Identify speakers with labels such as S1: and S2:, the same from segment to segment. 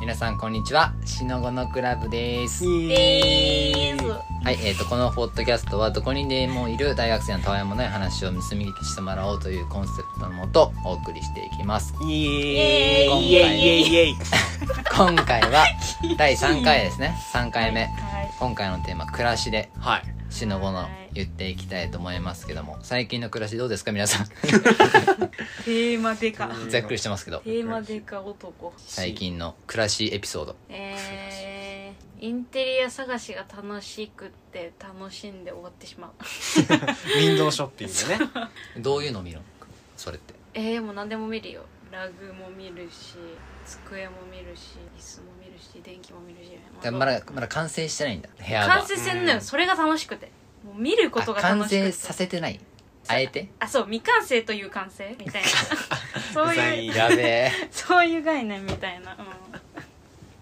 S1: 皆さんこんにちはしのごのクラブです
S2: でーす。
S1: はい、えー、とこのポッドキャストはどこにでもいる大学生のたわいもない話を盗み聞きしてもらおうというコンセプトのもとお送りしていき ます
S2: イ
S1: エーイ
S2: イエーイイエーイイエーイ
S1: 今回 は第3回ですね3回目
S3: はい。
S1: 今回のテーマ「暮らし」で
S2: はい。
S1: しのごの言っていきたいと思いますけども最近の暮らしどうですか皆さん
S3: テーマでか。
S1: ざっくりしてますけど
S3: テーマでか男。
S1: 最近の暮らしエピソード
S3: えー、インテリア探しが楽しくって楽しんで終わってしまう。
S2: ウィンドウショッピングね。
S1: どういうの見るのそれって
S3: えー、もう何でも見るよ。ラグも見るし、机も見るし、椅子も見るし、電気も見るし。
S1: だまだまだ完成してないんだ部屋は
S3: 完成せんの
S2: うん
S3: よ。それが楽しくて。もう見ることが
S1: あ完
S3: 楽し
S1: 成
S3: くて。
S1: させてないあえて
S3: あ、そう、未完成という完成み たいな。そういう。
S2: う
S1: や
S2: ざい
S1: べえ
S3: そういう概念みたいな、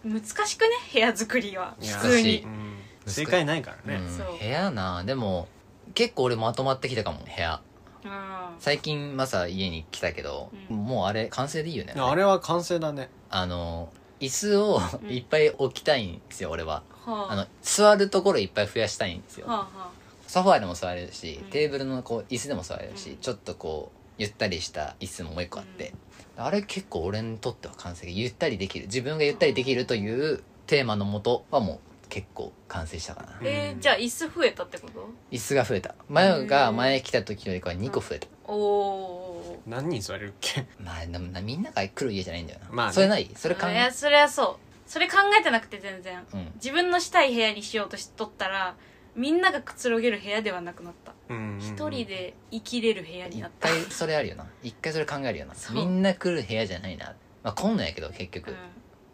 S3: うん、難しくね部屋作りはい
S2: や
S3: 普通
S1: 難しい
S3: に
S2: うん正解ないからね。
S1: うん、
S3: そう
S1: 部屋なでも結構俺まとまってきたかも部屋
S3: うん
S1: 最近マサ家に来たけど、
S3: うん
S1: もうあれ完成でいいよね
S2: いやあれは完成だね。
S1: あの椅子を
S3: うん
S1: いっぱい置きたいんですよ俺は
S3: はあ
S1: あの座るところいっぱい増やしたいんですよ
S3: はあ、は
S1: ソファーでも座れるし、
S3: うん
S1: テーブルのこう椅子でも座れるし、
S3: うん
S1: ちょっとこうゆったりした椅子ももう一個あって、あれ結構俺にとっては完成ゆったりできる自分がゆったりできるというテーマのもとはもう結構完成したかな
S3: あ、えー、じゃあ椅子増えたってこと
S1: 椅子が増えた前が前来た時よりかは2個増えた、
S3: おお
S2: 何人座れるっけ
S1: まあでもなみんなが来る家じゃないんだよな、
S2: まあね
S1: それないそれ考
S3: い
S1: え
S3: やそれはそうそれ考えてなくて全然
S1: うん
S3: 自分のしたい部屋にしようとしとったらみんながくつろげる部屋ではなくなった一
S2: 一
S3: 人。で生きれる部屋に
S1: 一
S3: なった、
S1: 回それあるよな一回それ考えるよな
S3: そう
S1: みんな来る部屋じゃないなまあ来んのやけど結局、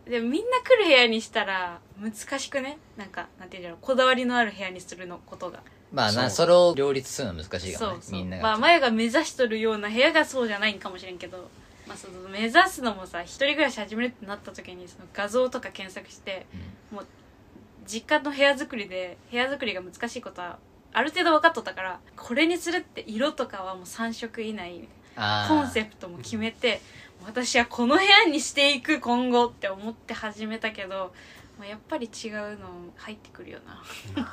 S3: うん、でもみんな来る部屋にしたら難しくねなんかなんていうんだろうこだわりのある部屋にするのことが
S1: まあな
S2: そ
S1: そうれを両立するのは難しいかもねみんなが、
S3: まあマヤが目指しとるような部屋がそうじゃないんかもしれんけど、まあ、その目指すのもさ一人暮らし始めるってなった時にその画像とか検索して
S1: うん
S3: 実家の部屋作りで部屋作りが難しいことはある程度分かっとったからこれにするって色とかはもう3色以内
S1: あー
S3: コンセプトも決めて私はこの部屋にしていく今後って思って始めたけど、まあ、やっぱり違うの入ってくるよな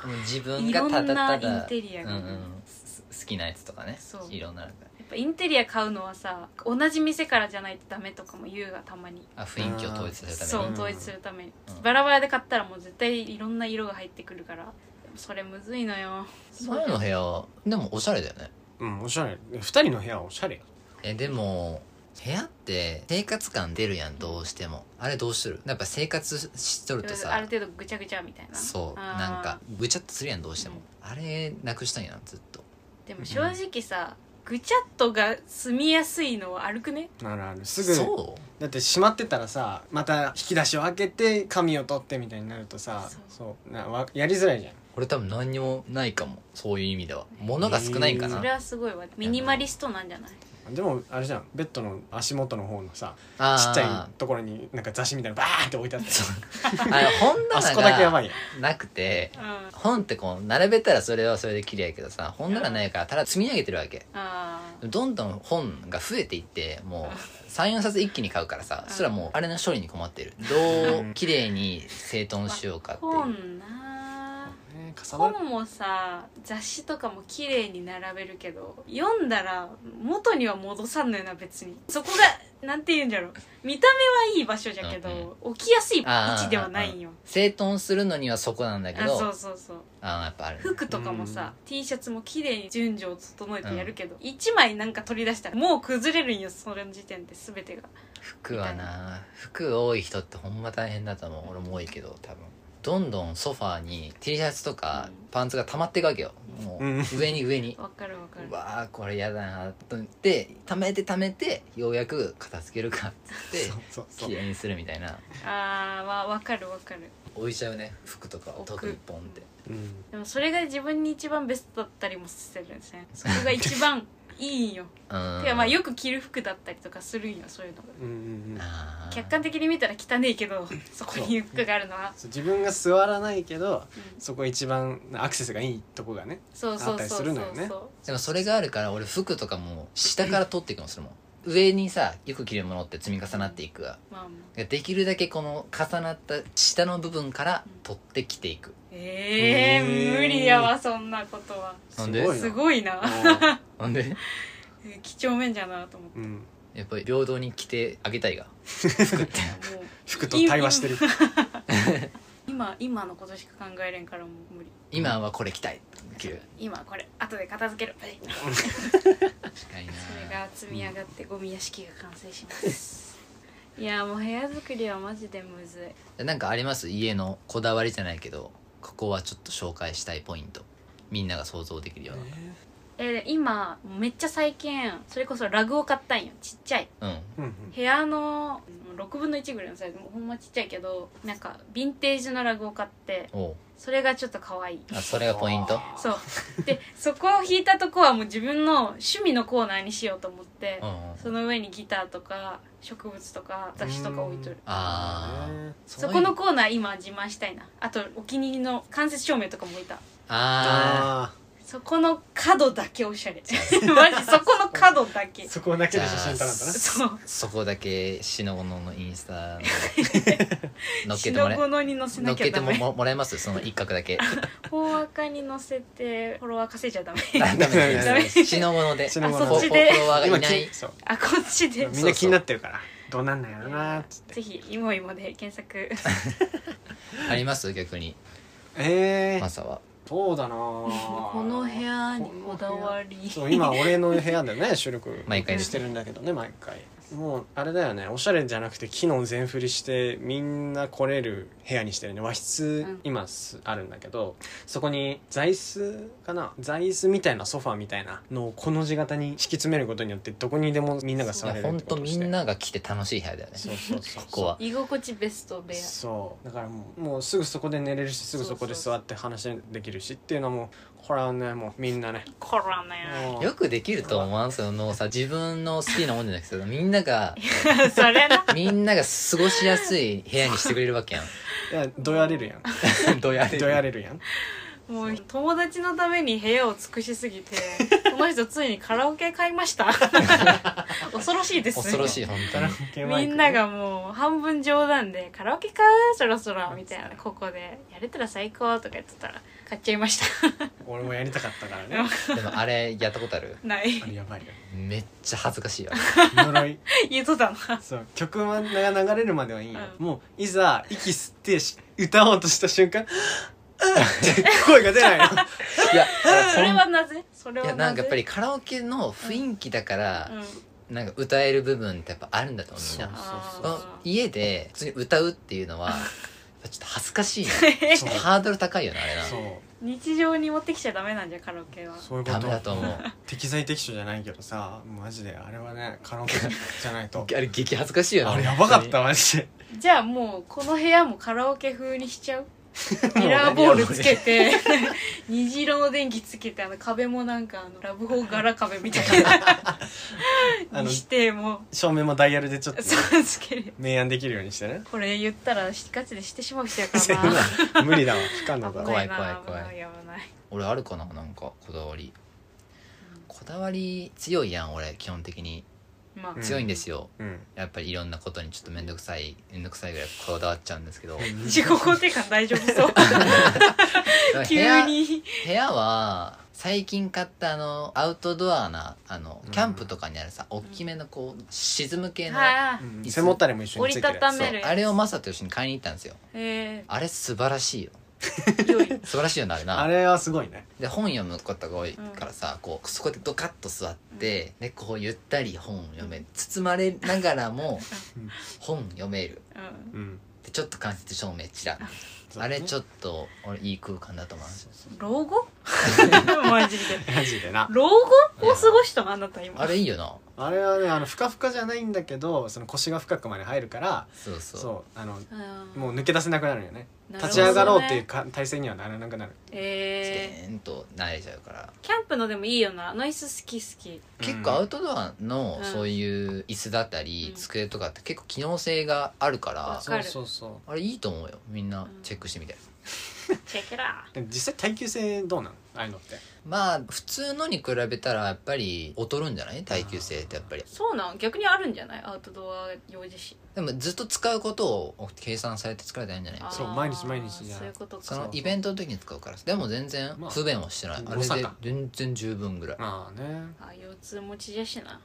S1: もう自分がただただ
S3: いろんなインテリアが
S1: うんうんす好きなやつとかね
S3: そう
S1: いろんな
S3: やっぱインテリア買うのはさ同じ店からじゃないとダメとかも言うがたまに
S1: あ雰囲気を統一させるた
S3: そ
S1: め
S3: う
S1: に
S3: 統一するために、
S1: うん
S3: バラバラで買ったらもう絶対いろんな色が入ってくるからでもそれむずいのよ
S1: 前の部屋はでもおしゃれだよね
S2: うん、おしゃれ。二人の部屋はおしゃれよ。
S1: えでも部屋って生活感出るやんどうしてもあれどうしてるやっぱ生活しとると
S3: あ
S1: さ
S3: る程度ぐちゃぐちゃみたいな
S1: そう
S3: あー
S1: なんかぐちゃっとするやんどうしても、あれなくしたいなずっと
S3: でも正直さ、ぐちゃっとが住みやすいのは歩くね
S2: あるある。すぐ。
S1: そ
S2: だって閉まってたらさ、また引き出しを開けて、紙を取ってみたいになるとさ
S3: そう、
S2: そう。なわやりづらいじゃん。
S1: う俺多分何にもないかもそういう意味では物が少ないんか
S2: あ
S3: そ
S1: な、
S3: れはすごいわミニマリストなんじゃない
S2: でもあれじゃんベッドの足元の方のさ
S1: あ
S2: ち
S1: ー
S2: っちゃいところになんか雑誌みたいなのバーって置いてあって
S1: あの本
S2: あそこだけやば
S1: 棚が
S2: いやん
S1: なくて
S3: うんあ
S1: 本ってこう並べたらそれはそれで綺麗やけどさ本棚ないからただ積み上げてるわけ
S3: あ
S1: どんどん本が増えていってもう34冊一気に買うからさそしたらもうあれの処理に困ってるどう綺麗に整頓しようかっていう
S3: 本なあ
S2: ねかさばる
S3: 本もさ雑誌とかも綺麗に並べるけど読んだら元には戻さんのよな別にそこがなんて言うんじゃろう見た目はいい場所じゃけど、置きやすい位置ではないんよ
S1: 整頓するのにはそこなんだけ
S3: あそ
S1: ど
S3: うそうそう
S1: あーやっぱあるね
S3: 服とかもさ、T シャツも綺麗に順序を整えてやるけど、一1枚なんか取り出したらもう崩れるんよその時点で全てが
S1: 服はな服多い人ってほんま大変だと思う俺も多いけど多分どんどんソファーに T シャツとか
S3: うん
S1: パンツが溜まっていくわけよも
S2: うん
S1: う上に上 に
S3: わかるわかる
S1: うわーこれやだなと思って溜めて溜めてようやく片付けるかっつ
S2: そう
S1: っ
S2: そう
S1: て
S2: そ
S1: き
S2: う
S1: れいにするみたいな
S3: あーわわかるわかる
S1: 置いちゃうね服とかを
S3: 置く
S1: 特にポンって
S2: うん
S3: でもそれが自分に一番ベストだったりもするんですねそこが一番いいんよ、
S1: うん
S3: てかまあよく着る服だったりとかするんよそういうの
S2: うんうんうん
S1: あー
S3: 客観的に見たら汚いけど そこに服があるのは、
S2: そう自分が座らないけど
S3: うん
S2: そこ一番アクセスがいいとこがね
S3: そう
S2: あ
S3: そ
S2: っ
S3: う
S2: たり
S3: そ
S2: す
S3: う
S2: る
S3: そう
S2: のよね
S3: そう
S1: でもそれがあるから俺服とかも下から取っていくのするもん上にさよく着るものって積み重なっていくが
S3: まあまあ
S1: できるだけこの重なった下の部分から取って着ていく
S3: ええ
S2: へー
S3: 無理やわそんなことは
S1: なんです
S2: ごいな
S3: すごいな
S1: なんで
S3: 几帳面じゃなと思っ
S2: うんうん
S1: やっぱり平等に着てあげたいが服 って
S3: てもう
S2: 服と対話してる
S3: 今今のことしか考えれんからもう無理
S1: 今はこれ着たい着る
S3: 今これ後で片付けるはい
S1: 確かにな
S3: それが積み上がってゴミ屋敷が完成します いやもう部屋作りはマジでむずい
S1: なんかあります家のこだわりじゃないけどここはちょっと紹介したいポイントみんなが想像できるよう
S3: えで今めっちゃ最近それこそラグを買ったんよちっちゃい
S1: なうん
S2: うんうん
S3: 部屋の6分の1ぐらいのサイズもうほんまちっちゃいけどなんかヴィンテージのラグを買って
S1: おう
S3: それがちょっと可愛い
S1: あそれがポイント
S3: そうでそこを弾いたとこはもう自分の趣味のコーナーにしようと思って
S1: うんうん
S3: その上にギターとか植物とか雑誌とか置いとる
S1: あー
S2: ね
S1: そ
S3: そう
S1: いう
S3: このコーナー今自慢したいなあとお気に入りの間接照明とかも置いた
S1: あ
S2: あ
S3: そこの角だけおしゃれ マジそこの角だけ
S2: ーそこだけで写真撮らんだな
S3: そう
S1: ーそこだけしのごののインスタの 乗っけ
S3: し
S1: ても
S3: の
S1: らえ
S3: ごのに載せ
S1: 乗
S3: な
S1: っ
S3: きゃ
S1: けて
S3: ダ
S1: も
S3: メ
S1: ももらえますその一角だけ
S3: 本赤に載せてフォロワー稼いじゃダメ
S1: ダメです
S3: ダメ
S1: しのごので
S2: しのご
S1: フォ
S2: ので
S1: フォフォロワーが
S2: 今
S1: いない
S2: きそう
S3: あこっちで
S2: みんな気になってるからどうなんだよなーっつって
S3: ぜひ「イモイモ」で検索
S1: あります逆に
S2: ええ
S1: マサは
S2: そうだな
S3: こ
S2: こ
S3: の部屋にこだわり
S2: そう今俺の部屋で ね収録
S1: 毎回ね
S2: してるんだけどね毎回もうあれだよねおしゃれじゃなくて機能全振りしてみんな来れる部屋にしてるね和室
S3: うん
S2: 今すあるんだけどそこに座椅子かな座椅子みたいなソファーみたいなのをこの字型に敷き詰めることによってどこにでもみんなが
S1: い
S2: 座
S1: や
S2: れるっ
S1: 本
S2: てこ
S1: 当
S2: とを
S1: み
S2: して
S1: んなが来て楽しい部屋だよね
S2: そうそうそうそう
S1: ここは
S3: 居心地ベスト部屋
S2: そうだからもうもうすぐそこで寝れるしすぐそこで座って話できるしっていうのはもうこれはねもうみんなね
S3: こらね
S2: もう
S1: よくできると思わんそのさ自分の好きなもんじゃなくてみんなが
S3: それな
S1: みんなが過ごしやすい部屋にしてくれるわけやん
S2: いやどやれるやん
S1: どうや
S2: どやれるやん
S3: もう友達のために部屋を尽くしすぎて この人ついにカラオケ買いました 恐ろしいですね
S1: 恐ろしい本当に
S3: みんな
S2: が
S3: がもう半分冗談で「カラオケ買うそろそろ」みたいなここで「やれたら最高」とか言ってたら買っちゃいました
S2: 俺もやりたかったからね
S1: でもあれやったことある
S3: ない
S2: あれやばいよ
S1: めっちゃ恥ずか しいわ
S2: 呪い
S3: 言うとったな
S2: そう曲が流れるまではいいよ、もういざ息吸ってし歌おうとした瞬間って声が出 ないの
S1: いや
S3: それはなぜそれ
S1: い
S3: は
S1: や
S3: なぜ
S1: なんかやっぱりカラオケの雰囲気だから
S3: う、ん
S1: なんか歌える部分ってやっぱあるんだと思うみんな
S3: そう
S1: この家で普通に歌うっていうのは やっぱちょっと恥ずかしいな
S2: そう
S1: ハードル高いよねあれな
S2: そう
S3: 日常に持ってきちゃダメなんじゃんカラオケは
S2: そういうこ
S1: ダ
S2: と
S1: メだと思う
S2: 適材適所じゃないけどさマジであれはねカラオケじゃな いと
S1: あれ激恥ずかしいよな
S2: あれやばかったマジで
S3: じゃあもうこの部屋もカラオケ風にしち ゃうミラーボールつけて 虹色の電気つけてあの壁もなんかあのラブホ柄壁みた いな
S2: あの
S3: にしてもう
S2: 照明もダイヤルでちょっと
S3: そうつける
S2: 明暗できるようにしてね
S3: これ言ったらガチでしてしまう人やから な
S2: 無理だわ不可能だわ
S1: 怖い
S3: 危な
S1: 怖い怖い
S3: 危な危ない
S1: 俺あるかななんかこだわりこだわり強いやん俺基本的に
S3: まあ
S2: うん
S1: 強いんですよ、
S2: うん
S1: やっぱりいろんなことにちょっと面倒くさい面倒くさいぐらいこだわっちゃうんですけど
S3: 自己肯定感大丈 夫そう
S1: 部屋
S3: 急に
S1: 部屋は最近買ったあのアウトドアなあのキャンプとかにあるさ、大きめのこう沈む系の、
S3: はあ
S2: うん背もたれも一緒についてる
S3: 折りたた
S1: そう
S3: めるやつ
S1: あれをマサと一緒に買いに行ったんですよ
S3: え
S1: あれ素晴らしいよ
S3: ー、良い
S1: 素晴らしいよなあれな
S2: あれはすごいね
S1: で本読むことが多いからさ、こうそこでドカッと座って、でこうゆったり本を読め包まれながらも
S2: うん
S1: 本読める
S3: うん
S2: うん
S1: でちょっと間接照明ちらあれちょっと俺いい空間だと思うんですよ
S3: 老後 マジで
S2: マジでな
S3: 老後を過ごしたのあなた今
S1: あれいいよな
S2: あれはねあのふかふかじゃないんだけどその腰が深くまで入るから
S1: そう
S2: そ
S1: そうう
S2: あの
S3: うん
S2: もう抜け出せなくなるよね
S3: なるほどね
S2: 立ち上がろうっていうか体勢にはならなくなる
S3: え
S1: でと慣れちゃうから
S3: キャンプのでもいいよなあの椅子好き好き
S1: 結構アウトドアの
S3: うん
S1: そういう椅子だったり
S3: うん
S1: 机とかって結構機能性があるから
S3: わ
S2: そ
S3: か
S2: う
S3: る
S2: そうそ
S1: あれいいと思うよみんなチェックしてみて
S3: チェケラ
S2: うでも実際耐久性どうなんああいうのって
S1: まあ普通のに比べたらやっぱり劣るんじゃない耐久性ってやっぱり
S3: そうなん逆にあるんじゃないアウトドア用事し
S1: でもずっと使うことを計算されて作られてないんじゃない
S3: あー
S2: そう毎日毎日じゃん
S3: そういうことか
S1: そのイベントの時に使うからでも全然
S2: まあ
S1: 不便はしてない、
S2: まあ
S1: あれ
S2: 誤差
S1: で
S2: か
S1: 全然十分ぐらい
S2: まあね
S3: あ腰痛持ちじゃしな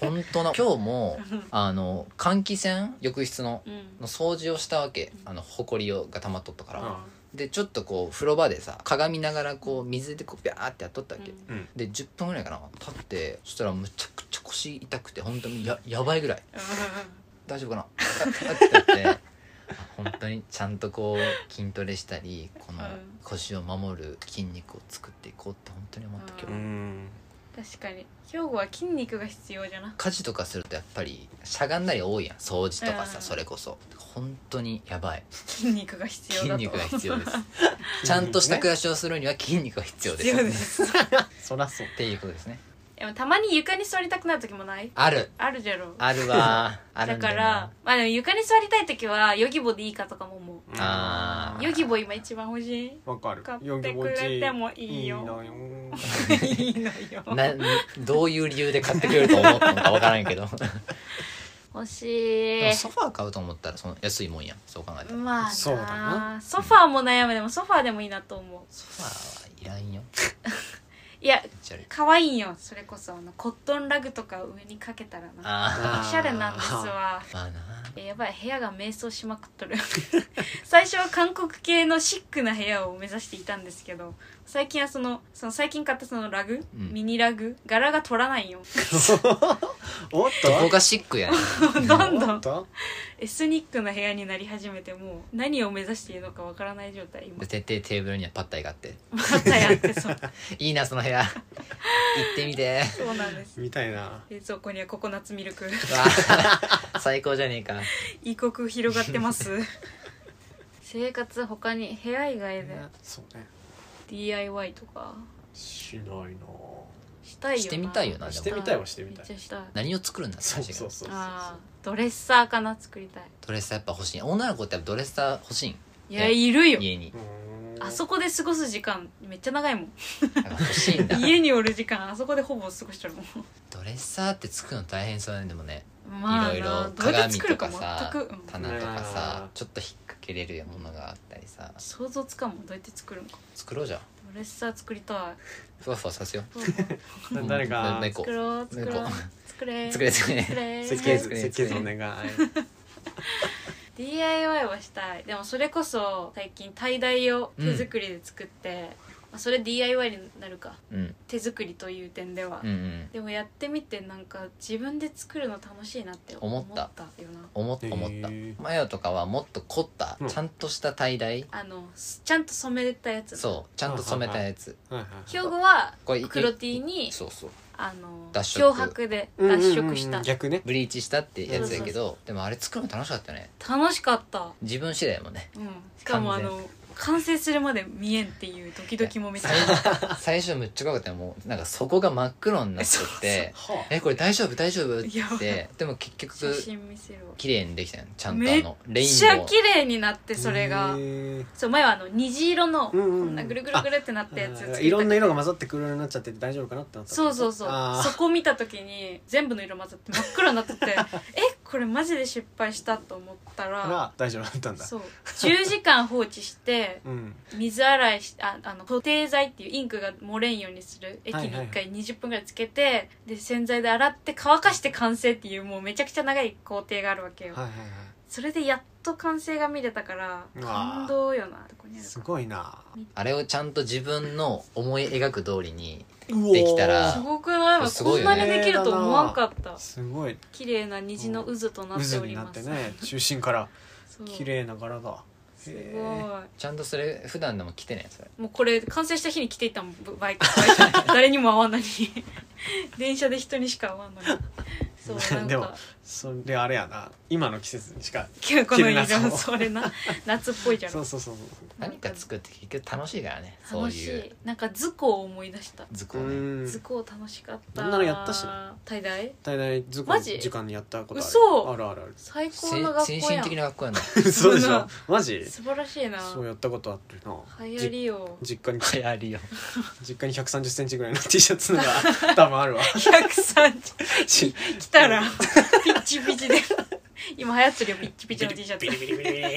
S1: 本当な今日もあの換気扇浴室の
S3: うん
S1: の掃除をしたわけ
S3: うん
S1: あの埃をが溜まっとったから、
S2: うん
S1: でちょっとこう風呂場でさ鏡ながらこう水でこうビャーってやっとったわけ、
S3: うん
S2: うん
S1: で10分ぐらいかな立ってそしたらむちゃくちゃ腰痛くて本当にややばいぐらい大丈夫かなあってやって 本当にちゃんとこう筋トレしたりこの
S3: うん
S1: 腰を守る筋肉を作っていこうって本当に思った今日、
S3: う
S2: うん
S3: 確かに兵庫は筋肉が必要じゃな
S1: 家事とかするとやっぱりしゃがんだり多いやん掃除とかさ、
S3: うん
S1: それこそ本当にやばい
S3: 筋肉が必要だ
S1: 筋
S3: と
S1: 肉が必要ですちゃんとした暮らしをするには筋肉が必要です
S3: 必要です
S2: そらそう
S1: っていうことですね
S3: でもたまに床に座りたくなる時もない
S1: ある
S3: あるじゃろ
S1: ある わある
S3: だ
S1: ん
S3: か
S1: だよ
S3: ら
S1: な
S3: まあでも床に座りたい時はヨギボでいいかとかも思
S1: あ
S3: う
S1: ー
S3: ヨギボ今一番欲 しい
S2: わかる
S3: 買って
S2: ヨギボーチ
S3: くれてもいいよ
S2: いのよ
S3: いいのよ
S1: などういう理由で買ってくれると思ったのかわからん けど
S3: 欲し
S1: でも
S3: い
S1: ソファー買うと思ったらその安いもんやんそう考えたら
S3: まあな
S2: そうだな
S3: ソファーも悩むでもソファーでもいいなと思う
S1: ソファーはいらんよ
S3: いや
S1: めっちゃある
S3: 可愛いよそれこそあのコットンラグとか上にかけたらな
S1: あ
S2: ー
S3: おしゃれなんですわ
S1: ーまあな
S3: えやばい部屋が瞑想しまくっとる 最初は韓国系のシックな部屋を目指していたんですけど最近はそのその最近買ったそのラグ、
S1: うん
S3: ミニラグ柄が取らないよ
S2: おっ
S1: どことがシックやね
S3: どんど
S2: おっ
S3: ん
S2: と
S3: エスニックな部屋になり始めてもう何を目指していいのかわからない状態今
S1: で徹底テーブルにはパッタイがあって
S3: またやって そう
S1: いいなその部 屋行ってみて
S3: そうなんです
S2: みたいな
S3: 冷蔵庫にはココナッツミルク
S1: わあ最高じゃねえか
S3: 異国広がってます 生活他に部屋以外で
S2: そうね
S3: DIY とか
S2: しない
S3: したいよな
S1: してみたいよな
S2: な
S1: で
S2: し
S1: も
S2: てみたいはしてみた
S3: めっち
S2: い
S3: ゃしたい
S1: 何を作るんだって
S2: そう
S1: 話
S2: そう
S1: が
S2: そうそう
S3: ああドレッサーかな作りたい
S1: ドレッサーやっぱ欲しい女の子ってやっぱドレッサー欲しいん
S3: いやいるよ
S1: 家に
S2: うーん
S3: あそこで過ごす時間めっちゃ長いもん
S1: だから欲しいんだ
S3: 家におる時間あそこでほぼ過ごしてるも
S1: ドレッサーって作るの大変そうなんでもね
S3: んまあ
S1: いろいろ
S3: などうやっ
S1: 鏡
S3: て作る
S1: と
S3: か
S1: か
S3: 全
S1: さ
S3: く、うん
S1: 棚とか
S2: う
S1: さ
S2: ん
S1: ちょっと引っ掛けれるものがあったりさ
S3: 想像つかんもんどうやって作るのか
S1: 作ろうじゃん
S3: ドレッサー作りたい
S1: ふわふわさせよ
S3: どうぞ
S1: う
S2: 誰
S1: うん
S2: か
S1: 猫
S3: 作ろう作ろう
S1: 猫
S3: 作れ
S1: 作れ作れ
S3: 作れ
S2: 設計図
S1: 作れ
S2: 設計図お
S1: 作
S2: 願い
S3: DIY はしたいでもそれこそ最近tie dye を手作りで作って、まあ、それ DIY になるか
S1: うん
S3: 手作りという点では、
S1: うんうん
S3: でもやってみてなんか自分で作るの楽しいなって思った
S1: 思っ
S3: よな
S1: 思っ
S2: へ
S1: た
S2: ー
S1: 思ったマヨとかはもっと凝った
S2: うん
S1: ちゃんとしたtie dye
S3: あのすちゃんと染めたやつ
S1: そうちゃんと染めたやつ
S2: はいはい
S3: 兵庫は
S1: これい
S3: 黒 T に
S1: そうそう
S3: あの
S1: 脱色
S3: 漂白で脱色し
S2: うんうんう
S3: た
S2: ん逆ね
S1: ブリーチしたってやつだけどでもあれ作るの楽しかったね
S3: 楽しかった、
S1: 自分次第やもんね
S3: うん、しかもあ
S1: 完全
S3: の完成するまで見えんっていうドキドキもめっちゃ
S1: 最最初むっちゃ怖かったよもうなんかそこが真っ黒になっちゃって「
S2: は
S1: えこれ大丈夫大丈夫?」っ
S3: いや
S1: てででも結
S3: 写
S1: 局
S3: 真見せろ
S1: 綺麗にできたよちゃんとあ
S3: めっ
S1: のレイン
S3: ちゃ
S1: ボ
S3: 綺
S1: ー
S3: 麗になって
S2: あ
S3: それ
S2: へ
S3: が
S2: ー
S3: そう前はあの虹色のこ
S2: うんうん
S3: んなぐるぐるぐるってなったやつ作りた
S2: あ
S3: く
S2: ー
S3: て
S2: いろんな色が混ざってくるようになっちゃってて大丈夫かなってなった
S3: そうそうそう
S2: あ
S3: そこ見た時に全部の色混ざって真っ黒になっ ててえこれマジで失敗したと思っ
S2: あ
S3: たら
S2: ら大丈夫だったんだ
S3: そう10時間放置して
S2: うん
S3: 水洗いしああの固定剤っていうインクが漏れんようにする液に
S2: はいはい
S3: 1回20分ぐらいつけて、で洗剤で洗って乾かして完成っていうもうめちゃくちゃ長い工程があるわけよ、
S2: はいはいは
S3: それでやっと完成が見れたから
S2: うわ
S3: 感動よなどこに
S2: い
S3: ある
S2: す
S3: か
S2: ごいな
S1: あれをちゃんと自分の思い描く通りに
S2: で
S1: きたら
S3: すごくないわ
S1: すご
S3: こ
S1: い
S3: ん
S1: よ
S3: な
S1: ね
S3: にできると思わんかった
S2: すごい
S3: 綺麗な虹の渦となって
S2: 渦
S3: お
S2: に
S3: り
S2: なっ
S3: ます
S2: てね中心から
S3: そう
S2: 綺麗な柄だ
S3: すごい
S2: へ
S1: ちゃんとそれ普段でも着てねそれ
S3: もうこれ完成した日に来ていったもんぶバイク 誰にも会わんのに電車で人にしか会わんのにそうな ん
S2: でも
S3: か
S2: それあれやな今の季節にしか
S3: 今日この
S2: 着れな
S3: 色
S2: そう
S3: それな夏っぽいじゃ
S2: そ
S3: ろ
S2: うそうそうそう
S3: なん
S1: 何か作って結局楽しいからねそう
S3: 楽し
S1: いう
S3: いなんか図工を思い出した
S1: 図
S2: う
S1: 工ね
S2: ん
S3: 図工楽しかった
S2: なんならやったしな
S3: 大大
S2: 大体図工
S3: マジ
S2: 時間にやったことある
S3: 嘘
S2: あるあるある
S3: 最
S1: せ
S3: 高の学校
S1: 精
S3: やん
S1: 神的な学校やな
S2: そうでし
S3: そん
S2: ょ
S3: な
S2: マジ
S3: 素晴らしいな
S2: そうやったことあってな
S3: 流行
S2: じ
S3: りよ
S2: 実家に
S1: 流行りよ
S2: 実家に1 3 0ンチぐらいの T シャ ツのが多分あるわ
S3: 130
S2: し
S3: 来たらピッチピ チで今流行ってるよピッチピチの T シャツ
S2: ビリビリビリビリ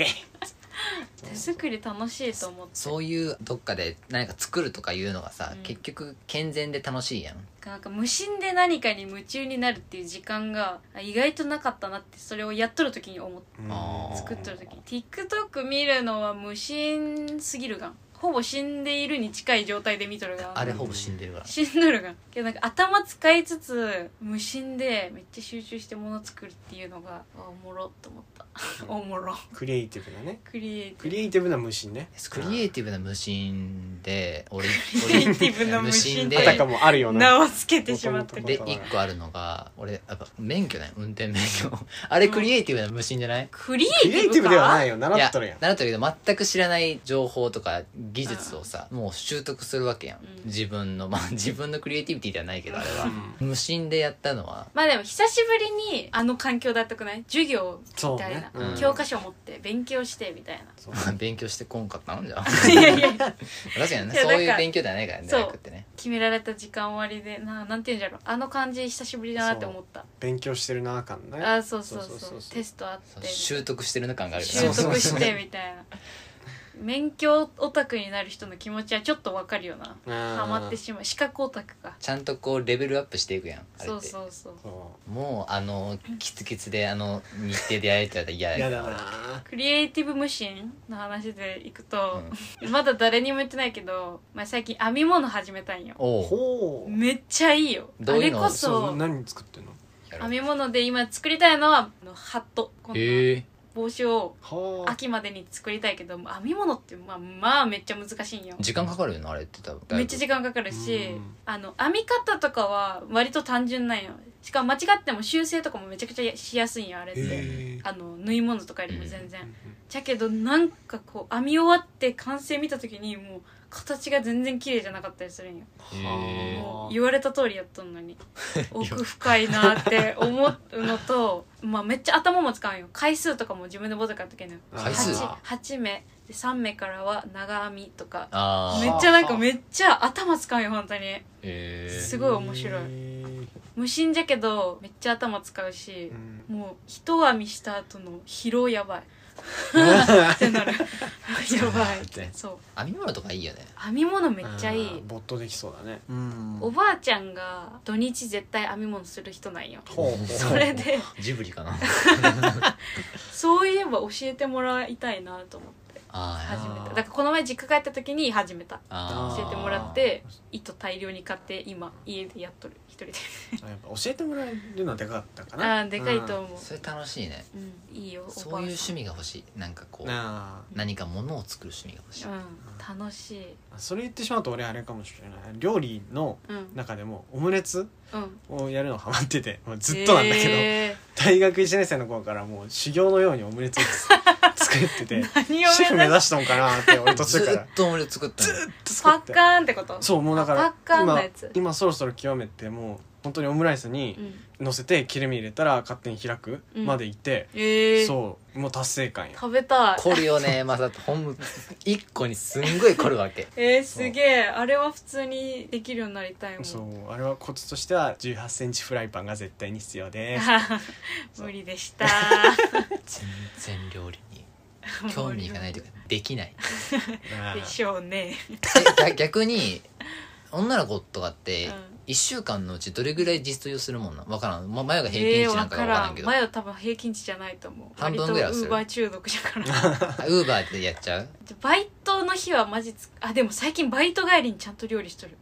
S3: 手作り楽しいと思って
S1: そういうどっかで何か作るとかいうのがさ、
S3: うん
S1: 結局健全で楽しいやん
S3: なんか無心で何かに夢中になるっていう時間があ意外となかったなってそれをやっとる時に思って
S1: あー
S3: 作っとる時に TikTok 見るのは無心すぎるがんほぼ死んでいるに近い状態で見とるがん
S1: あれほぼ死んでるから
S3: 死んどるがんけどなんか頭使いつつ無心でめっちゃ集中してもの作るっていうのがあおもろと思ったおもろ
S2: クリエイティブなね
S3: クリエイテ
S2: クリエイティブな無心ね
S1: クリエイティブな無心で俺
S3: クリエイティブな無心
S1: で
S2: あたかもあるよ
S3: ィ
S2: う
S3: ブ
S2: な
S3: 名をつけてしまったけど
S1: で一個あるのが俺やっぱ免許だよ運転免許あれクリエイティブな無心じゃない、
S3: クリエ
S2: クリ
S3: イテ
S2: エ
S3: ィ
S2: イ
S3: ブ
S2: ティブではない
S3: よ
S2: よ
S1: い
S2: 習っとるやん
S1: 習っとるけど全く知らない情報とか技術をさもう習得するわけやん、
S3: うん
S1: 自分のまあ 自分のクリエイティビティではないけどあれは、
S2: う
S1: 無心でやったのは
S3: まあでも久しぶりにあの環境だったくない授業
S2: そう
S3: みたい
S2: ね
S3: な、
S1: うん
S3: 教科書持って勉強してみたいな
S2: そう
S1: まあ勉強してこんかったもんじゃ ん
S3: いやいや
S1: 確かにね
S3: いや
S1: そうい
S3: だか
S1: う
S3: ら
S1: 勉強ではないからね
S3: そう
S1: 大学ってね
S3: 決められた時間割でななんて言うんじゃろうあの感じ久しぶりだなって思った
S2: 勉強してるなあかんね
S3: あそうそうそう
S2: そうそうそうそう
S3: テストあって
S1: そう
S3: みたいな
S1: 習得してるの感があるよね
S3: 習
S2: そうそう
S3: 得
S2: そう
S3: してみたいな免許オタクになる人の気持ちはちょっとわかるよなハ
S2: ハ
S3: マってしまう資格オタクか
S1: ちゃんとこうレベルアップしていくやんあれって
S3: そうそうそう
S2: そう
S1: もうあのキツキツであの日程でやれって言われたら嫌
S2: や
S1: だ
S2: だ
S1: よ
S2: な
S3: クリエイティブ無心の話でいくと、まだ誰にも言ってないけど、まあ、最近編み物始めたんよ
S1: おう
S2: ほう
S3: めっちゃいいよ
S1: どういうの
S3: あれこ
S2: そう
S3: そ
S2: 何作ってんの
S1: やろ
S3: 編
S1: う
S3: み物で今作りたいのはあのハットこんな
S1: へえ
S3: 帽子を
S2: はあ
S3: 秋までに作りたいけど編み物ってまあまあめっちゃ難しいんよ
S1: 時間かかるよなあれって多分だいぶ
S3: めっちゃ時間かかるし、
S2: うん
S3: あの編み方とかは割と単純なんよしかも間違っても修正とかもめちゃくちゃしやすいんよあれって、
S2: へえ
S3: あの縫い物とかよりも全然、
S2: うん
S3: じゃけどなんかこう編み終わって完成見た時にもう形が全然綺麗じゃなかったりするんよ
S1: へえ
S3: も
S2: は
S3: う
S2: あ
S3: 言われた通りやっとんのに奥深いなって思うのと、まあ、めっちゃ頭も使うんよ回数とかも自分でボード買っとけんのよ
S1: 回数
S3: 8, 8目で3目からは長編みとか
S1: あ
S3: め
S1: ー
S3: っちゃなんかめっちゃ頭使うんよ本当に
S1: へえ
S3: すごい面白い
S2: い
S3: 無心じゃけどめっちゃ頭使うし、もう一編みした後の疲労やばいってなるやばいってそう
S1: 編み物とかいいよね
S3: 編み物めっちゃいい
S2: ボットできそうだね
S3: おばあちゃんが土日絶対編み物する人なんよ
S2: ほう
S3: それで
S1: ジブリかな
S3: そういえば教えてもらいたいなと思って始め
S1: あー
S3: ただからこの前実家帰った時に始めた
S1: あ
S2: あ
S1: ー
S3: 教えてもらって糸大量に買って今家でやっとる一人で
S2: あやっぱ教えてもらえるのはでかかったかな
S3: ああーでかいと思う、
S1: それ楽しいね
S3: うん、いいよおばあさん
S1: そういう趣味が欲しいなんかこ
S2: うん
S1: う
S2: な
S1: 何かものを作る趣味が欲しい
S3: うん楽しい
S2: あそれ言ってしまうと俺あれかもしれない料理の
S3: うん
S2: 中でもオムレツ
S3: うん
S2: をやるのハマっててもうずっとなんだけど、
S3: え
S2: 大学1年生の頃からもう修行のようにオムレツをつ作ってて
S3: ー 何
S2: シェ
S3: を
S2: フ
S3: 目
S2: 目
S3: 指
S2: 指
S3: す
S2: しとんかなって俺途
S1: ず
S2: 中から
S1: っと俺作ったの
S3: パ
S2: 作っ
S3: ッ
S2: て
S3: カーンってこと
S2: そうもうだから
S3: パッカーンの
S2: 今
S3: やつ
S2: 今そろそろ極めてもう本当にオムライスに
S3: うん
S2: 乗せて切れ目入れたら勝手に開く
S3: うん
S2: まで行って、
S3: ええ
S2: そうもう達成感や
S3: 食べたい
S1: 凝るよねまさとほんま一個にすんごい凝るわ け
S3: えー、すげえあれは普通にできるようになりたいもん
S2: そうあれはコツとしては1 8センチフライパンが絶対に必要です そう
S3: 無理でした
S1: 全然料理 に興味がないというかできない
S2: なあ
S3: でしょうね
S1: えぎゃ逆に女の子とかって
S3: うん
S1: 1週間のうちどれぐらい自炊をするもんなん分からん、ま、前が平
S3: ええ
S1: 均値
S3: ー、
S1: な
S3: わ
S1: んかが
S3: か
S1: 分から
S3: ら
S1: んけ
S3: ん
S1: ど
S3: 前は多分平均値じゃないと思う
S1: 半分ぐらいは
S3: 割
S1: する
S3: とウーバー中毒じゃから
S1: ウーバーでやっちゃう
S3: バイトの日はマジつあでも最近バイト帰りにちゃんと料理しとる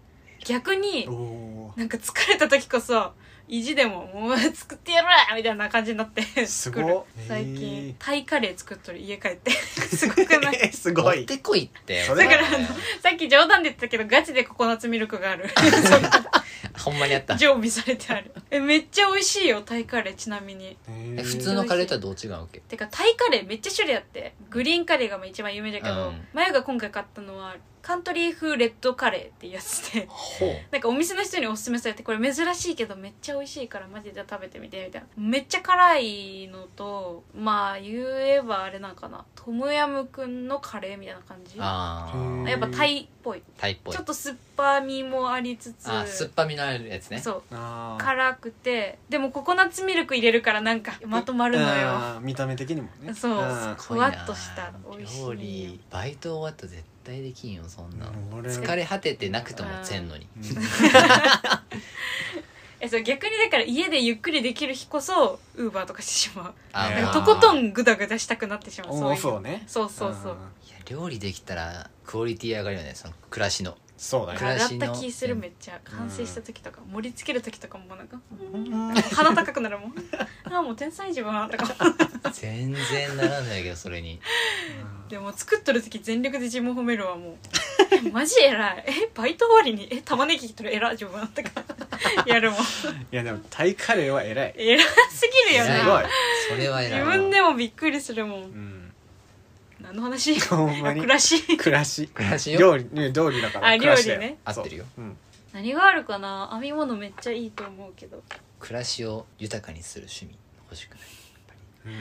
S3: 逆に
S2: おー
S3: なんか疲れた時こそ意地でももう作ってやるわみたいな感じになって
S2: す
S3: 作
S2: ご
S3: る
S2: い
S3: 最 近タイカレー作っとる家帰って すごくない
S2: す
S1: 持
S2: ご
S1: っ
S2: い
S1: てこいって
S2: それ だから
S3: あのさっき冗談で言ったけどガチでココナッツミルクが あるそんな
S1: ほんまにあった
S3: 常備されてあるえめっちゃ美味しいよタイカレーちなみに
S1: え
S2: え
S1: 普通のカレーとはどう違うわけ
S3: てかタイカレーめっちゃ種類あってグリーンカレーが一番有名だけど、
S1: うん
S3: マヤが今回買ったのはカントリー風レッドカレーっていうやつで
S2: ほう
S3: なんかお店の人におすすめされてこれ珍しいけどめっちゃ美味しいからマジで食べてみてみたいなめっちゃ辛いのとまあ言えばあれなんかなトムヤムくんのカレーみたいな感じ
S1: あ
S2: うん
S1: あ
S3: やっぱタイっぽい
S1: タイっぽい
S3: ちょっと酸っぱみもありつつ
S1: あ酸っぱみのあるやつね
S3: そう
S2: あー
S3: 辛くてでもココナッツミルク入れるからなんかまとまるのよ
S2: あー見た目的にもね
S3: そう
S2: あー
S1: すごいな
S3: ふわっとした美味しい
S1: 料理バイト終わったら絶対できんよそんなん
S2: 俺
S1: 疲れ果ててなくともせんのに
S3: えそう逆にだから家でゆっくりできる日こそウーバーとかしてしまう
S1: あ
S2: ね
S1: ー
S3: なん
S1: まあ
S3: かとことんグダグダしたくなってしまう
S2: オン
S3: そう
S2: オ
S3: いう
S2: フをね
S3: そうそうそうん
S1: いや料理できたらクオリティ上がるよねその暮らしの
S2: そうだ
S1: 暗い
S2: ね
S3: 上がった気するめっちゃ完成した時とか盛り付ける時とかもなんか 鼻高くなるもんああもう天才自分とか
S1: 全然ならないけどそれに
S3: でも作っとる時全力で自分を褒めるわもう えマジ偉いえバイト終わりにえ玉ねぎ切っとる偉い自分とか やるもん
S2: いやでもタイカレーは偉い
S3: 偉すぎるよ
S2: す
S1: 偉
S2: ご
S3: ない
S1: それは
S3: 自
S1: 偉い
S3: 分でもびっくりする
S2: うん
S3: も
S2: ん
S3: 何の話
S2: ほんまに
S3: 暮らし
S2: 暮らし
S1: 暮らしよ
S2: 料理ね料理だから
S3: あ
S2: 暮らしだよ
S3: 料理ね
S1: 合ってるよ
S2: そううん
S3: 何があるかな編み物めっちゃいいと思うけど
S1: 暮らしを豊かにする趣味欲しくない
S2: うん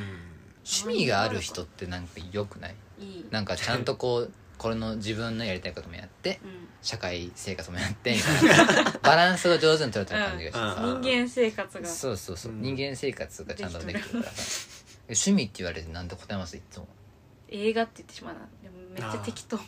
S1: 趣味がある人ってなんか良くない
S3: いい
S1: なんかちゃんとこうこれの自分のやりたいこともやって
S3: うん
S1: 社会生活もやってみたいな バランスが上手に取れてる感じがして
S2: あー
S1: さ、
S3: 人間生活が
S1: そうそうそう、
S2: うん
S1: 人間生活がちゃんとできてるからさ趣味って言われてなんて答えますいつも
S3: 映画って言ってしまうなでもめっちゃ適当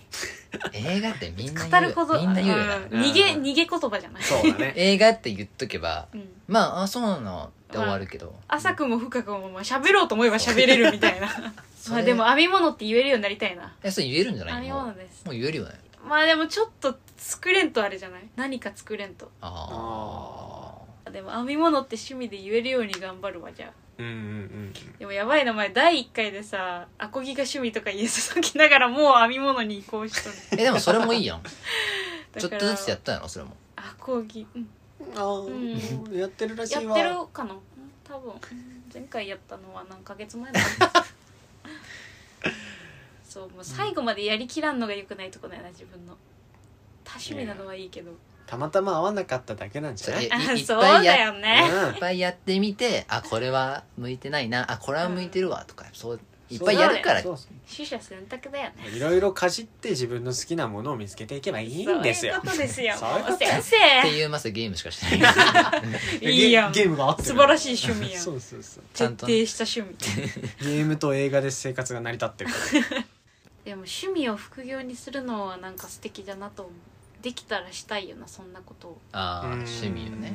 S1: 映画ってみんな
S3: 語
S1: 言
S3: る
S1: う
S3: ほど
S1: みんな言うよな、
S2: うん
S3: 逃げ逃げ言葉じゃない、
S2: そうだね
S1: 映画って言っとけば
S3: うん、
S1: まああそうなのって終わるけど、
S3: 浅くも深くもまあ喋ろうと思えば喋れるみたいな
S1: そ
S3: ま
S1: れ
S3: あでも編み物って言えるようになりたいな
S1: えそれ言えるんじゃない
S3: 編み
S1: のもう
S3: 物です
S1: もう言えるよね
S3: まあでもちょっと作れんとあれじゃない何か作れんと
S1: あ
S2: あ
S3: でも編み物って趣味で言えるように頑張るわじゃあ
S2: うんうんうん
S3: でもやばいな前第1回でさアコギが趣味とか言えさきながらもう編み物に移行しとる
S1: あえでもそれもいいやん
S3: だ
S1: ちょっ
S3: か
S1: と
S3: ら
S1: ずつやったんやろそれも
S3: アコギ、うん、
S2: あーやってるらし
S3: やっ
S2: いわ
S3: てるかなうん多分うん前回やったのは何ヶ月 前だそうもう最後までやりきらんのが良くないとこだよな自分の多趣味なのはいいけど、
S2: たまたま合わなかっただけなんじ
S1: そ
S2: ゃな
S1: れい
S2: い
S1: いっ
S3: あそう
S1: ぱい
S3: だ
S1: や
S3: よね
S1: いっぱいやってみてあこれは向いてないなあこれは向いてるわとかそういっぱいやるから
S2: そうそう
S3: 取捨選択だよね
S2: いろいろかじって自分の好きなものを見つけていけばいいんですよ
S3: そういうことですよ
S2: そういうこと
S3: もう先
S1: っていうまさゲームしかしてない
S3: 生いいやん
S2: ゲゲームが合ってる
S3: 素晴らしい趣味や ん
S2: そうそうそう
S1: ちゃんとね
S3: 徹底した趣味
S2: ゲームと映画で生活が成り立ってるから
S3: でも趣味を副業にするのはなんか素敵だなと思うできたらしたいよなそんなことを
S1: ああ
S2: うん
S1: 趣味よね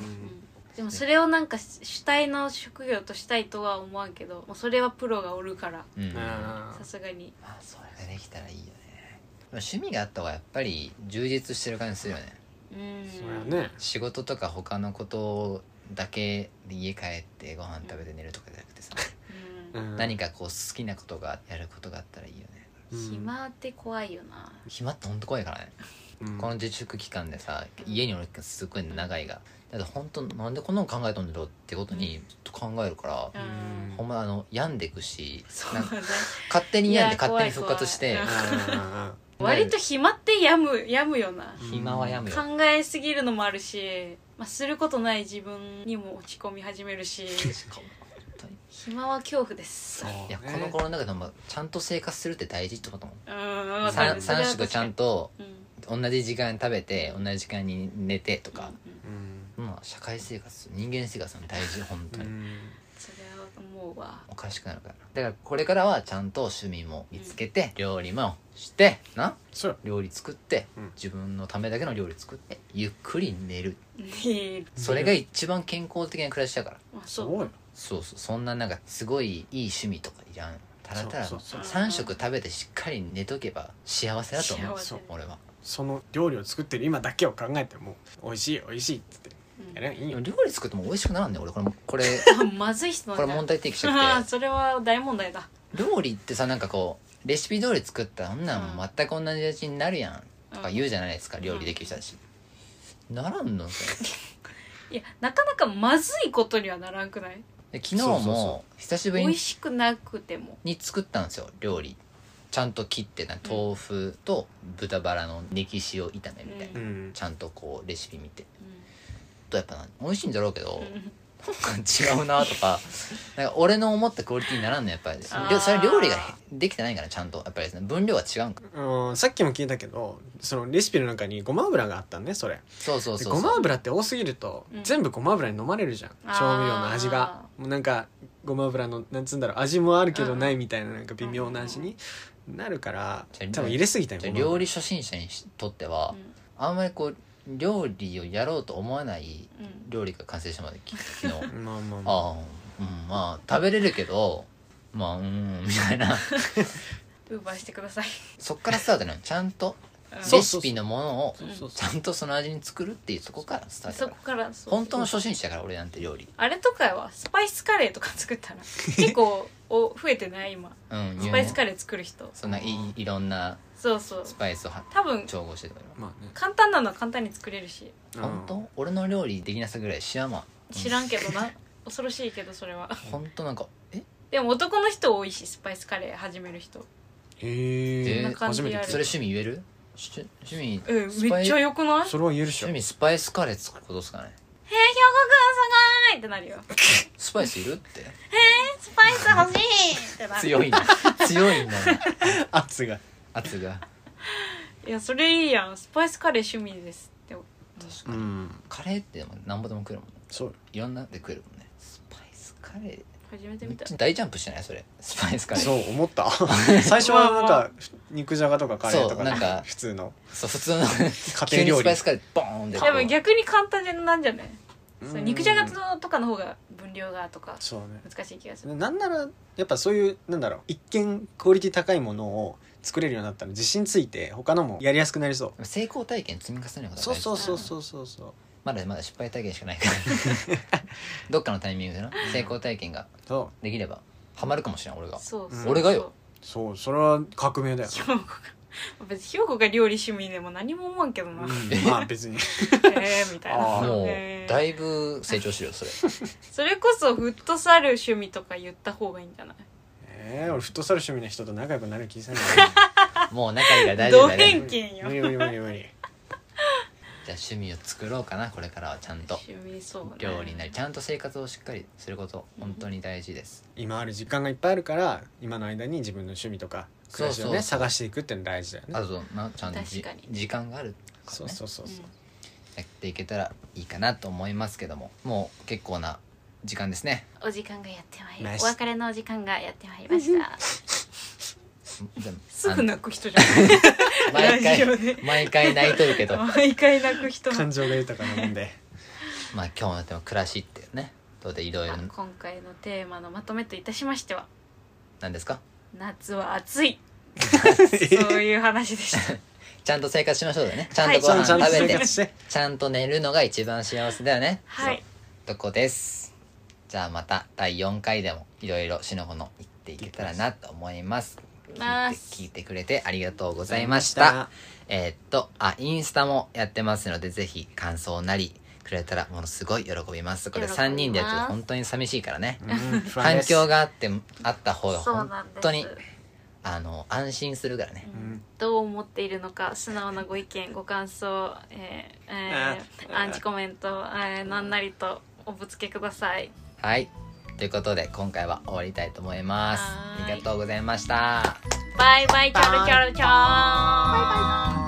S3: でもそれをなんか主体の職業としたいとは思わんけどもうそれはプロがおるから
S1: うん
S2: うん
S1: ま
S2: あ
S3: さすがに
S1: あそれができたらいいよねでも趣味があった方がやっぱり充実してる感じするよね
S3: うん
S2: ーそりゃね
S1: 仕事とか他のことだけで家帰ってご飯食べて寝るとかじゃなくてさ
S3: うん
S1: 何かこう好きなことがやることがあったらいいよね
S3: 暇って怖いよな
S1: 暇ってほんと怖いからねこの自粛期間でさ
S3: うん
S1: 家におる期間すごい長いがだって本当なんでこんなの考えとんだろうってことにずっと考えるから、
S3: うん
S2: ん
S1: ほんまあの病んでくし
S3: そう
S1: な
S3: だ
S1: ん
S3: ね
S1: か勝手に病んで
S3: いや
S1: 勝手に復活して
S3: 怖い
S2: あ
S3: 割と暇ってやむやむよな
S2: うん
S1: 暇は病むよ、
S3: 考えすぎるのもあるし、まあ、することない自分にも落ち込み始めるし暇は恐怖です
S2: そう
S1: いやこの頃の中でもちゃんと生活するって大事ってことも
S3: うんわか
S1: 三
S3: るそれ
S1: 三
S3: は
S1: 食
S3: 確
S1: ちゃ
S3: か
S1: ん
S3: に
S1: と
S3: うん
S1: 同じ時間食べて同じ時間に寝てとか、
S3: うん
S2: うん
S1: まあ、社会生活人間生活の大事本当
S2: う
S1: に、
S2: ん
S3: それは思うわ
S1: おかしくなるからだからこれからはちゃんと趣味も見つけて、料理もしてな
S2: そうよ
S1: 料理作って、
S2: うん
S1: 自分のためだけの料理作ってゆっくり寝る
S3: ねえ
S1: それが一番健康的な暮らしだから
S3: まあそ
S2: そううよ
S1: そうそうそんななんかすごいいい趣味とかいらんたらたら
S2: そうそう
S3: そう
S1: 3食食べてしっかり寝とけば幸せだと思う
S3: 幸せ
S1: 俺は
S2: その料理を作ってる今だけを考えても美味しい美味しいっつっていやでもいいよ
S1: 料理作っても美味しくならんね俺これもこ れ
S3: うん、 まずい人
S1: これ問
S3: 題
S1: 題提起しち
S3: あ
S1: ゃ
S3: あ
S1: っ
S3: それは大問題だ、
S1: て料理ってさなんかこうレシピ通り作ったらそんなんもう全く同じ味になるやん
S3: うん
S1: とか言うじゃないですか料理できる人たちならんのそれ
S3: いやなかなかまずいことにはならんくない
S1: で昨日
S2: そうそう
S1: も
S2: そ
S1: 久しぶ
S3: 美
S1: りに
S3: 味しくなくても
S1: に作ったんですよ料理ちゃんと切ってな豆腐と豚バラのネキシを炒めみたいな、
S3: う
S2: うん
S1: ちゃんとこうレシピ見て
S3: う
S1: とやっぱな美味しいんだろうけど、
S3: ん
S1: なんか違うなと かなんか俺の思ったクオリティにならんのやっぱり
S3: あー
S1: りょそれ料理ができてないからちゃんとやっぱりですね分量が違うんか
S2: うんさっきも聞いたけどそのレシピの中にごま油があったんねそれ
S1: そうそう
S2: で
S1: そう
S2: ご
S1: そ
S2: ま
S1: う
S2: 油って多すぎると、
S3: うん
S2: 全部ごま油に飲まれるじゃん
S3: あー
S2: 調味料の味がもうなんかごま油のなんつうんだろう味もあるけどないみたいななんか微妙な味になるから
S1: じゃあ
S2: 多分入れすぎたよ
S1: じゃあ
S2: ごま
S1: 料
S2: 油
S1: 理初心者にとっては、
S3: うん
S1: あんまりこう料理をやろうと思わない
S3: うん
S1: 料理が完成してまでき昨 日
S2: まあまあまあ
S1: ああうんまあ食べれるけどまあうんみたいな
S3: ウーバーしてください、
S1: そっからスタートなのちゃんと
S3: うん
S2: そう
S1: レシピのものを
S2: そうそう
S1: ちゃんとその味に作るっていうとこからスタート
S3: そ
S1: だ
S3: こ
S1: から
S3: からそう
S1: 本当の初心者から俺なんて料理
S3: あれとかはスパイスカレーとか作った ら結構お増えてない今
S1: うん
S3: スパイス
S1: レー
S3: カレー作る人
S1: そんないいいろんな
S3: そうそう
S1: スパイスをは
S3: 多分
S1: 調合してとか
S2: まあね
S3: 簡単なのは簡単に作れるし
S1: 本
S2: うん
S1: 当俺の料理できなさぐらい知らんわ
S3: 知らんけどな恐ろしいけどそれは
S1: 本当なんかえ
S3: でも男の人多いしスパイスカレー始める人
S2: へ
S1: そん
S2: え
S1: な
S3: 感じ
S2: 初めて聞い
S3: あ
S2: た
S3: る
S1: それ趣味言えるし趣味
S3: うん
S1: スパ
S3: めっ
S1: イ
S3: ちゃよくない
S2: それは言えるっしょ
S1: 趣味スパイスカレー作ることですかね
S3: 「えー、ひょこくんすごい!」ってなるよ「
S1: スパイスいるって
S3: スパイス欲しい!」ってなる
S1: 強い な強いんだな
S2: 圧が
S1: 圧が
S3: いやそれいいやんスパイスカレー趣味ですって
S1: 確
S2: う
S1: かに
S2: ん
S1: カレーってでもなんぼでも食えるもんね
S2: そう
S1: いろんなので食えるもんねスパイスカレ
S3: 始めて
S1: ーめっ
S3: みた
S1: ちゃ大ジャンプしてないそれスパイスカレー
S2: そう思った 最初はなんか肉じゃがとかカレーとか,、
S1: そうなんか
S2: 普通の
S1: そう普通の急
S2: 家
S1: に
S2: 庭料
S1: スパ
S2: 理
S1: イスカレーボーンで
S3: でも逆に簡単なんじゃないそう
S2: うん
S3: 肉じゃがとかの方が分量がとか
S2: そうね
S3: 難しい気がする
S2: なんならやっぱそういうなんだろう一見クオリティ高いものを作れるようになったら自信ついて他のもやりやすくなりそう
S1: 成功体験積み重ねることが大事
S2: そうそうそうそうそうそう
S1: まだまだ失敗体験しかないから どっかのタイミングでな成功体験が
S2: そう
S1: できればハマるかもしれない俺が
S3: そう
S2: うん
S3: そう
S1: 俺がよ
S2: そうそれは革命だよ
S3: ひ、ょうこが別にひょうこが料理趣味でも何も思わんけどな、
S2: うんまあ別に
S3: えーみたいな
S2: あー
S1: もう
S3: えー
S1: だいぶ成長してるよそれ
S3: それこそフットサル趣味とか言った方がいいんじゃない
S2: えー、俺フットサル趣味の人と仲良くなる気せない
S1: もう仲いいから大丈
S3: ド
S1: 夫だね
S3: 偏見よ
S2: 無理無理無理無理
S1: じゃあ趣味を作ろうかなこれからはちゃんと
S3: 趣味そう
S1: 料理なり
S3: り
S1: ちゃんと生活をしっかりすること本当に大事です
S2: 今ある時間がいっぱいあるから今の間に自分の趣味とか暮らし
S1: そ
S2: をね
S1: うそうそう
S2: 探していくっていうの大事だよね
S1: あとなちゃんとじ
S3: 確かに
S1: 時間があるからね
S2: そうそうそうそう、
S1: やっていけたらいいかなと思いますけどももう結構な時間ですね
S3: お時間がやってまいり
S2: ナイス
S3: お別れのお時間がやってまいりました
S1: でも
S3: す
S1: あ
S3: ぐ
S1: の
S3: 泣く人じゃない
S1: 毎
S3: ラジ
S1: 回
S3: オで
S1: 毎回泣いとるけどま
S3: 毎回泣く人
S2: 感情が豊かなもんで
S1: あ今日のテーマ「暮らし」っていうねどうでいろいろ
S3: あ今回のテーマのまとめといたしましては
S1: なんですか
S3: 夏は暑いそういう話でした
S1: ちゃんと生活しましょうだねちゃんとご
S3: はい
S1: 飯
S2: ちゃんと
S1: 食べ
S2: 生
S1: て
S2: 活して
S1: ちゃんと寝るのが一番幸せだよね
S3: はい
S1: そうとこですじゃあまた第4回でもいろいろしのこの言っていけたらなと思います
S3: ま
S1: 聞い
S3: す
S1: て聞いてくれてありがとうございましたえーっと、あ、インスタもやってますので、ぜひ感想なりくれたらものすごい喜びます。これ
S3: 喜びま
S1: 3
S3: す
S1: 人でやってると本当に寂しいからね。
S2: うん不安
S1: 反
S2: です
S1: 響があって、あった方が
S3: そう
S1: 本
S3: なんです
S1: 当に、あの、安心するからね。
S2: うん
S3: どう思っているのか素直なご意見ご感想、えーえー
S2: あ
S3: アンチコメント、えーなんなりとおぶつけください
S1: はい。ということで、今回は終わりたいと思います。
S3: はーい
S1: ありがとうございました。
S3: バイバイチャルチャルチャーンバイバイ